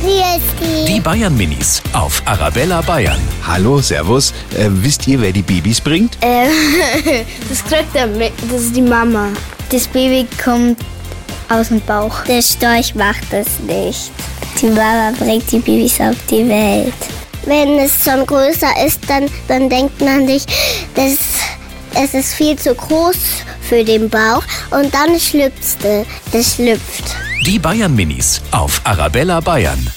Christi. Die Bayern Minis auf Arabella Bayern. Hallo, Servus. Äh, wisst ihr, wer die Babys bringt? Ähm, das kriegt er mit. Das ist die Mama. Das Baby kommt aus dem Bauch. Der Storch macht es nicht. Die Mama bringt die Babys auf die Welt. Wenn es schon größer ist, dann, dann denkt man sich, das, es ist viel zu groß für den Bauch. Und dann schlüpft es. äh, Das schlüpft. Die Bayern Minis auf Arabella Bayern.